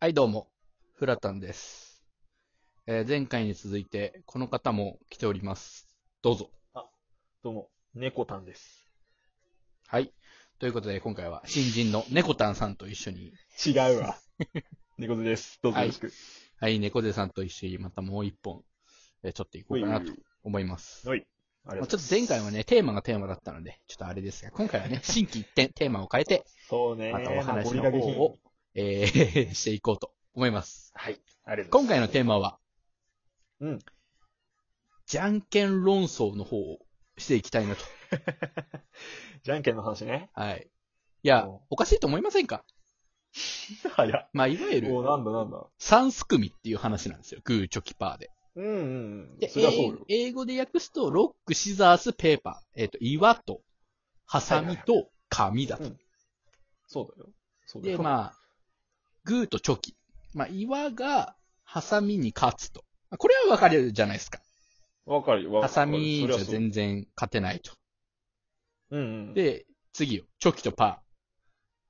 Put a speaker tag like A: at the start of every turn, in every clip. A: はい、どうも。フラタンです。えー前回に続いて、この方も来ております。どうぞ。
B: どうも、猫たんです。
A: はい。ということで、今回は新人の猫タンさんと一緒に、
B: 違 うわ。猫背です。どうぞよろしく。
A: はい、猫背さんと一緒にまたもう一本、えーちょっといこうかなと思います。
B: はい。あ
A: ま
B: りが
A: あち
B: とうござい
A: ょっと前回はね、テーマがテーマだったので、ちょっとあれですが、今回はね、新規一点、テーマを変えて
B: ま、す。そうね。
A: またお
B: まあ
A: 話
B: 掘り
A: の
B: か
A: 方
B: け
A: を
B: 品、
A: えー していこうと思います。
B: はい。ありがとう
A: 今回のテーマは、
B: うん。
A: じゃんけん論争の方をしていきたいなと。
B: じゃんけんの話ね。
A: はい。いや
B: おう、
A: おかしいと思いませんか
B: 早っ。
A: まあ、いわゆ
B: お
A: る、
B: なんだなんだ。
A: 三すくみっていう話なんですよ。グー、チョキ、パーで。
B: うんうんう
A: で
B: ん。そりゃそうよ。
A: 英英語で訳すと、ロック、シザース、ペーパー。えっ、と、岩と、ハサミと、紙だと。
B: うんそうだよ。そうだ
A: で、
B: よ。
A: まあ、グーとチョキ。まあ、岩が、ハサミに勝つと。まあこれはわかるじゃないですか。
B: あ、わかるよ。わ
A: ハ
B: かる
A: サミじゃ
B: そりゃそう
A: 全然勝てないと。
B: うんうん。、
A: で、次よ。チョキとパ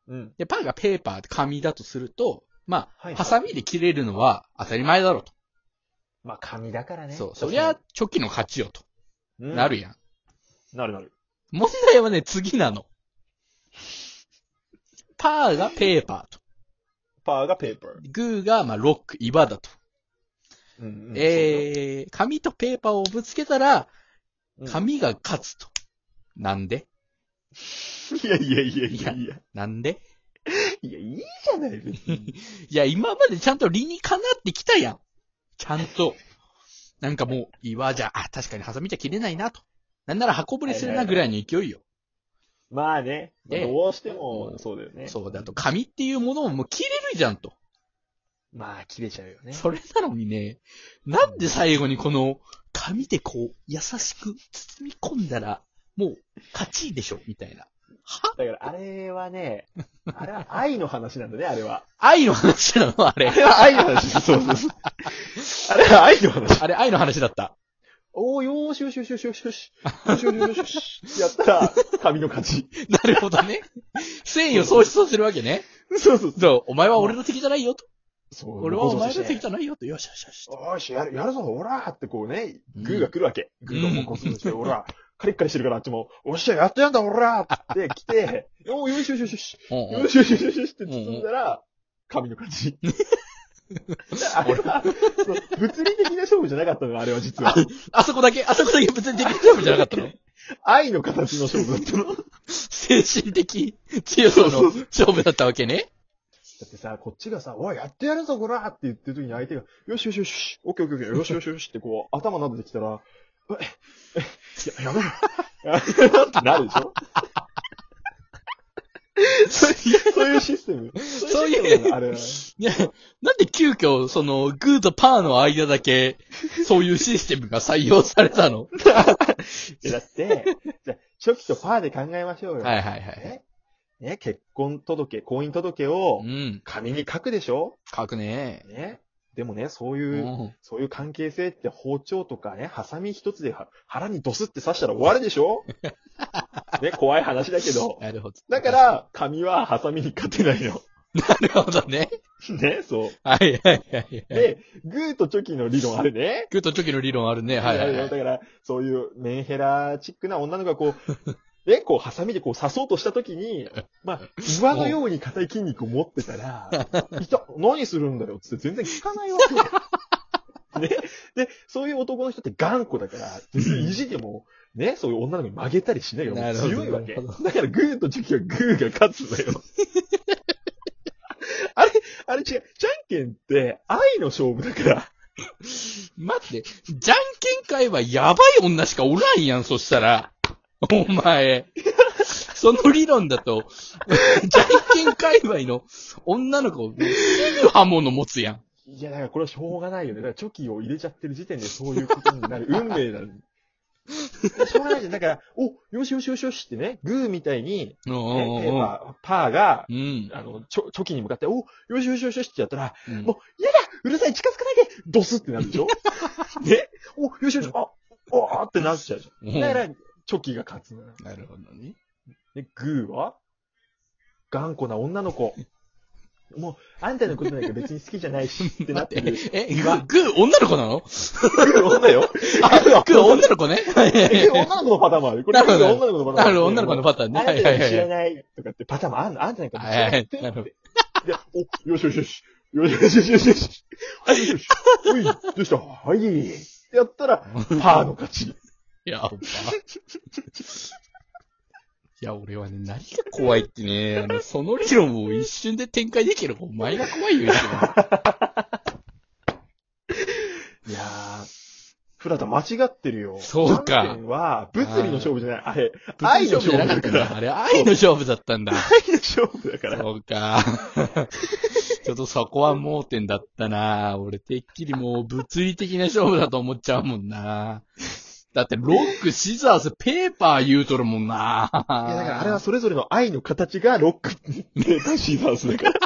B: うん。
A: ー。で、パーがペーパー、紙だとすると、ま
B: は
A: あ、
B: い
A: ハサミで切れるのは当たり前だろうと。
B: まあ、紙だからね。
A: そう、そりゃ、チョキの勝ちよと。
B: うん
A: なるやん。
B: なるなる。
A: 問題はね、次なの。パーがペーパーと。
B: パーがペーパー。
A: グーが、まあ、ロック、岩だと。
B: うんうん。
A: えー、紙とペーパーをぶつけたら、
B: そうだよ、
A: 紙が勝つと。なんで
B: うんいやいやいやいやいや。
A: なんで
B: いや、いいじゃない、別に。
A: いや、今までちゃんと理にかなってきたやん。ちゃんと。なんかもう、岩じゃ、あ、確かにハサミじゃ切れないなと。なんなら箱ぶりするなぐらいの勢いよ。
B: まあね。まあ
A: で
B: どうしても、そうだよね。
A: そうだと、紙っていうものももう切れるじゃんと。
B: まあ、切れちゃうよね。
A: それなのにね、なんで最後にこの、紙でこう、優しく包み込んだら、もう、勝ちでしょ、みたいな。は
B: だから、あれはね、あれは愛の話なんだね、あれは。
A: 愛の話なのあれ
B: あ。れは愛の話。そうそうそう。あれは愛の話。
A: あれ、愛の話だった。
B: おーよーしよしよしよしよしよし。よしよしよしよし。やったら、髪の勝ち。
A: なるほど ね。誠意を喪失させるわけね。
B: そうそうそう。
A: そう、お前は俺の敵じゃないよと。
B: そう
A: 俺はお前の敵
B: だ。
A: じゃないよと。よしよしよし。
B: おーし、やる、やるぞ、おらーってこうね、
A: うん
B: グーが来るわけ。グーがもうこそして、おらー。カリッカリしてるから、あっちも、おっしゃ、やってやんだ、おらーって来 て、おーよしよしよしよし。
A: うんうん
B: よしよしよしよしって包んだら、神の 勝ち。あれは、そう物理的な勝負じゃなかったのよ、あれは実は。
A: あそこだけ、あそこだけ別に敵勝負じゃなかったの
B: 愛の形の勝負だっ たの。だ
A: 精神的強さの
B: そうそう
A: 勝負だったわけね。
B: ってさ、こっちがさ、おい、やってやるぞ、こらって言ってる時に相手が、よしよしよし、オッケーオッケーオッケー、よしよしよしってこ う、頭なでてきたら、え、え、や、やめろ。ってなるでしょそういうそういうシステム。
A: そういう
B: システムなのあれは。
A: いや、なんで急遽、その、グーとパーの間だけ、そういうシステムが採用されたの
B: えだって、じゃあチョキとパーで考えましょうよ。
A: はいはいはい。
B: ねね、結婚届、婚姻届を
A: うん。
B: 紙に書くでしょ
A: 書くね。
B: ね。でもね、そういうう、
A: ん。
B: そういう関係性って包丁とかね、ハサミ一つでは腹にドスって刺したら終わるでしょね、怖い話だけど。
A: なるほど。
B: だか、ら、紙はハサミに勝てないの。
A: なるほどね。
B: ね、そ
A: はいはいはい。
B: う。
A: はい
B: で、グーとチョキの理論あるね。
A: グーとチョキの理論あるね。はいはい
B: あ
A: は
B: るよだ
A: い。
B: から、そういうメンヘラチックな女の子がこう、 ね、こう、ハサミでこう刺そうとしたときに、まあ、上のように硬い筋肉を持ってたら、痛っ何するんだよっつって全然効かないわ け。ね。で、そういう男の人って頑固だから、別に意地でも、ね、そういう女の子に曲げたりしないよ。
A: なるほど
B: 強いわ
A: な
B: け。
A: るほ
B: だからグーとチョキはグーが勝つんだ よ。あれ、あれ違う。じゃんけんって愛の勝負だから。
A: 待って、じゃんけん会はやばい女しかおらんやん、そしたら。お前。その理論だ と、じゃんけん界隈の女の子、すぐ刃物持つやん。
B: いや、だからこれはしょうがないよね。だからチョキを入れちゃってる時点でそういうことにな る。運命なの。しょうがないじゃん。だから、お、よしよしよしよしってね、グーみたいに、
A: うんうん
B: ねペ
A: う
B: ー
A: んうん。
B: パー、パーが、
A: うん。
B: あの、チョチョキに向かって、お、よしよしよしよしってやったら、
A: うん
B: もう、やだうるさい近づかないでドスってなるでし ょねお、よしよし、あ、おーってなっちゃうじゃん。だから、チョキが勝つのよ。
A: なるほどね。
B: で、グーは頑固な女の子。もう、あんたのことなんか別に好きじゃないし、ってなっ てる。
A: え、グー、グー女の子なの
B: 女よ。あ、
A: グー女の子ね。はいはいはい
B: え 女の子のパターンもある。これ、
A: なるほど
B: 女の子のパタ
A: な
B: ーンも
A: るほど女の子のパターンね
B: あんた
A: はい
B: よ
A: は
B: り
A: いはい
B: 知らないとかってパターンもあんのあんたなんかも知らないって。
A: はいはいなるほ
B: で、お、よしよしよし。よしよしよしよしよし。はい、よしよし。おい、どうしたはい。ってやったら、パーの勝ち。
A: やば。い や、俺はね、何が怖いってね、あの、その理論を一瞬で展開できるお前が怖いよ、一番。
B: いやー。フラダ間違ってるよ。
A: そうか
B: ジャンケンは、物理の勝負じゃない。あれ、愛
A: 愛
B: の
A: の勝負じ
B: 勝
A: ゃ
B: 負
A: なかった
B: だか
A: ん
B: ら。
A: だ。あれ、愛の勝負だったんだ。
B: 愛の勝負だから。
A: そう か。ちょっとそこは盲点だったな。俺、てっきりもう物理的な勝負だと思っちゃうもんな。だって、ロック、シザース、ペーパー言うとるもんな。いや、だか
B: いや、だからあれはそれぞれの愛の形がロックって、シーザース だから。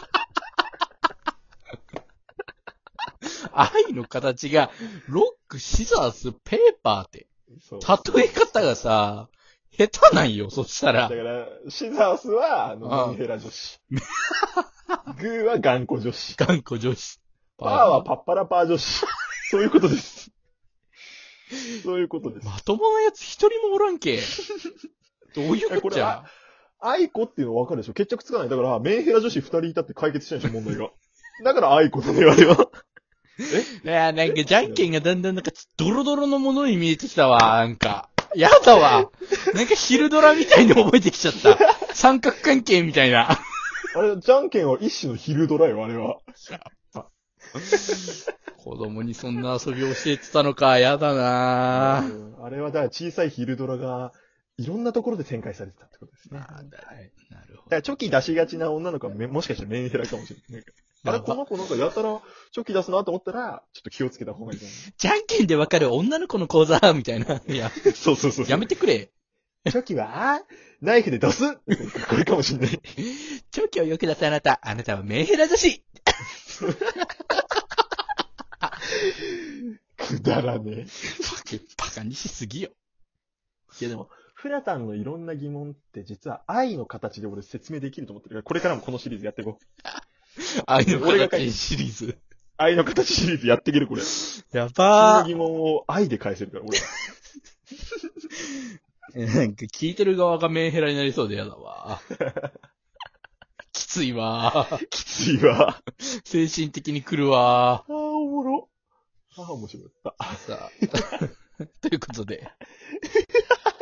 A: 愛の形が、ロック、シザース、ペーパーって。
B: そう
A: 例え方がさ、下手なんよ、そした
B: だ
A: ら
B: か。ら、シザースは、あの、
A: ああ
B: メンヘラ女子。グーは頑固女子。
A: 頑固女子。
B: パーはパッパラパー女子。そういうことです。そういうことです。
A: まともなやつ一人もおらんけ。どういうこっちゃ。
B: 愛子っていうの分かるでしょ決着つかない。だから、メンヘラ女子二人いたって解決しないでしょ、問題が。だから愛子だね、あれは。
A: いや、なんか、じゃんけんがだんだんなんか、ドロドロのものに見えてきたわ、なんか。やだわ。なんか、昼ドラみたいに覚えてきちゃった。三角関係みたいな。
B: あれ、じゃんけんは一種の昼ドラよ、あれは。
A: 子供にそんな遊びを教えてたのか、やだなぁ。
B: うんあれは、だから小さい昼ドラが、いろんなところで展開されてたってことですね。
A: なるほ
B: だから、チョキ出しがちな女の子はめ、もしかしたらメンヘラかもしれない。あれ、こ
A: ど。
B: の子なんかやたらチョキ出すなと思ったら、ちょっと気をつけた方がいいか
A: じゃんけんでわかる女の子の講座、みたいな。いや、
B: な。そうそうそう
A: やめてくれ。
B: チョキは、ナイフで出すこれかもしんない。
A: チョキをよく出すあなた。あなたはメンヘラ女子。
B: くだらねえ。
A: バカにしすぎよ。
B: いやでも、フラタンのいろんな疑問って実は愛の形で俺説明できると思ってるから、これからもこのシリーズやっていこう。
A: 愛の
B: 俺が書い
A: 形シリーズ。
B: 愛の形シリーズやっていける、これ。
A: や
B: そ
A: ば
B: の疑問を愛で返せるから、俺。
A: なんか聞いてる側がメンヘラになりそうで嫌だわ。きついわ。
B: きついわ。
A: 精神的に来るわ。
B: あー、おもろ。あー、面白かった。
A: さあ。 ということで。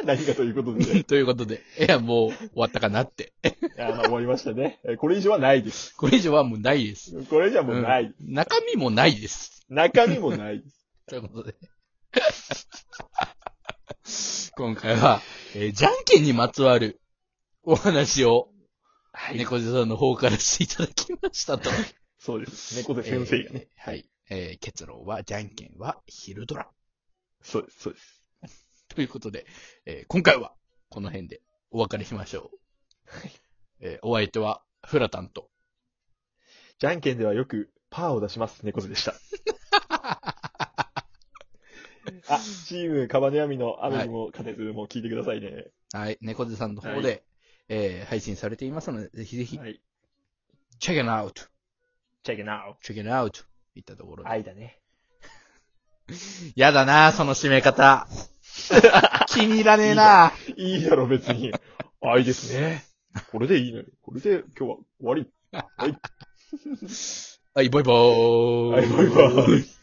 B: 何かということでね。
A: ということで。いや、もう終わったかなって。
B: いやー、終わりましたね。えこれ以上はないです。
A: これ以上はもうないです。
B: これじゃもうない。
A: うん中身もないです。
B: 中身もない。
A: ということで。今回は、えーじゃんけんにまつわるお話を、
B: はい
A: 猫背さんの方からしていただきましたと。
B: そうです。猫背先生がね。
A: えーはい。えー結論は、じゃんけんは昼ドラ。
B: そうです、そうです。
A: ということで、えー今回はこの辺でお別れしましょう。えーお相手は、フラタンと。
B: じゃんけんではよくパーを出します、猫背で した。あ、チームカバネアミのアメにも金鶴も聞いてくださいね。
A: はい。猫背さんの方で、
B: は
A: えー配信されていますので、ぜひぜひ、
B: はい。
A: チェックアウト
B: チェックナウ。
A: チェックアウトいったところで。
B: 愛だね。
A: やだなその締め方。 気に入らねえない
B: いだろ、別に。愛です ね。これでいいのよ。これで今日は終わり。
A: はい、バイバーイ。
B: はい、バイバイ。